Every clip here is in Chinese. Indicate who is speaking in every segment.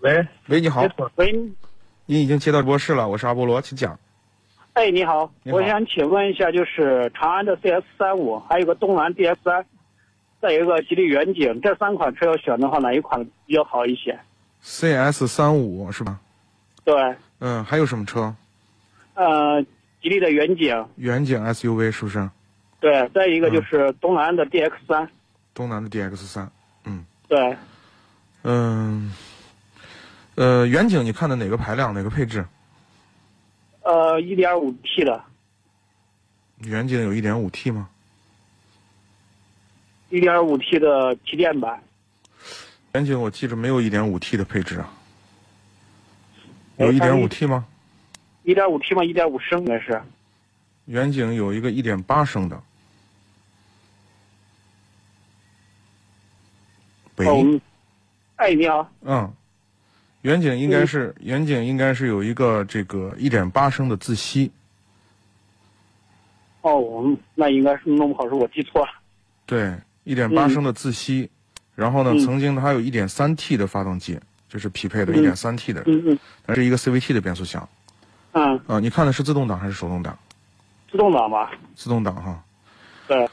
Speaker 1: 喂，
Speaker 2: 喂，你好
Speaker 1: 没，错喂，
Speaker 2: 您已经接到直播室了，我是阿波罗，请讲。
Speaker 1: 哎，你好，
Speaker 2: 你好
Speaker 1: 我想请问一下，就是长安的 CS 三五，还有个东南 DS 三，再有一个吉利远景，这三款车要选的话，哪一款比较好一些？
Speaker 2: CS 三五是吧？
Speaker 1: 对，
Speaker 2: 嗯，还有什么车？
Speaker 1: 呃，吉利的远景，
Speaker 2: 远景 SUV 是不是？
Speaker 1: 对，再一个就是东南的 DX 三，
Speaker 2: 东南的 DX 三。嗯
Speaker 1: 对，
Speaker 2: 嗯，呃，远景你看的哪个排量，哪个配置？
Speaker 1: 呃，一点五 T 的，
Speaker 2: 远景有 1.5T 吗？
Speaker 1: 一点五 T 的旗舰版，
Speaker 2: 远景我记着没有 1.5T 的配置啊，
Speaker 1: 哎
Speaker 2: 有
Speaker 1: 但是
Speaker 2: 1.5T 吗？
Speaker 1: 一点五 T 吗？一点五升应该是，
Speaker 2: 远景有一个1.8升的。喂，
Speaker 1: 哦，哎，你好，
Speaker 2: 嗯，远景应该是远景应该是有一个这个一点八升的自吸，
Speaker 1: 哦，我们那应该是弄不好是我记错了，
Speaker 2: 对，一点八
Speaker 1: 嗯
Speaker 2: 升的自吸，然后呢，
Speaker 1: 嗯
Speaker 2: 曾经它有一点三 T 的发动机，就是匹配的
Speaker 1: 嗯
Speaker 2: 一点三 T 的，
Speaker 1: 嗯嗯
Speaker 2: 它是一个 CVT 的变速箱
Speaker 1: 嗯，
Speaker 2: 啊、你看的是自动挡还是手动挡？
Speaker 1: 自动挡吧，
Speaker 2: 自动挡哈。
Speaker 1: 对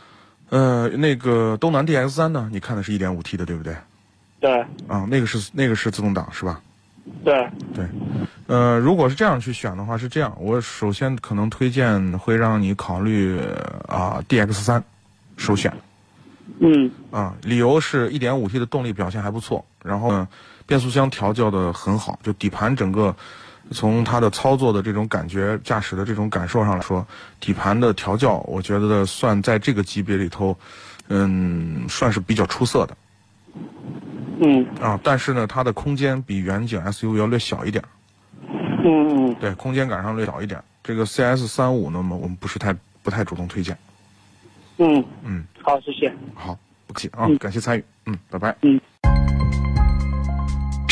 Speaker 2: 呃，那个东南 DX 三呢？你看的是一点五 T 的，对不对？
Speaker 1: 对
Speaker 2: 啊，那个是那个是自动挡是吧？
Speaker 1: 对。
Speaker 2: 对，呃，如果是这样去选的话，是这样，我首先可能推荐会让你考虑啊、DX 三首选
Speaker 1: 嗯
Speaker 2: 啊、理由是 1.5T 的动力表现还不错，然后呢，变速箱调教的很好，就底盘整个从它的操作的这种感觉、驾驶的这种感受上来说，底盘的调教，我觉得算在这个级别里头，嗯，算是比较出色的
Speaker 1: 嗯
Speaker 2: 啊。但是呢，它的空间比远景 SUV 要略小一点。
Speaker 1: 嗯嗯，
Speaker 2: 对，空间感上略小一点。这个 CS 三五呢，我们我们不是太不太主动推荐。
Speaker 1: 嗯
Speaker 2: 嗯，
Speaker 1: 好，谢谢。
Speaker 2: 好，不客气啊
Speaker 1: 嗯，
Speaker 2: 感谢参与，嗯，拜拜。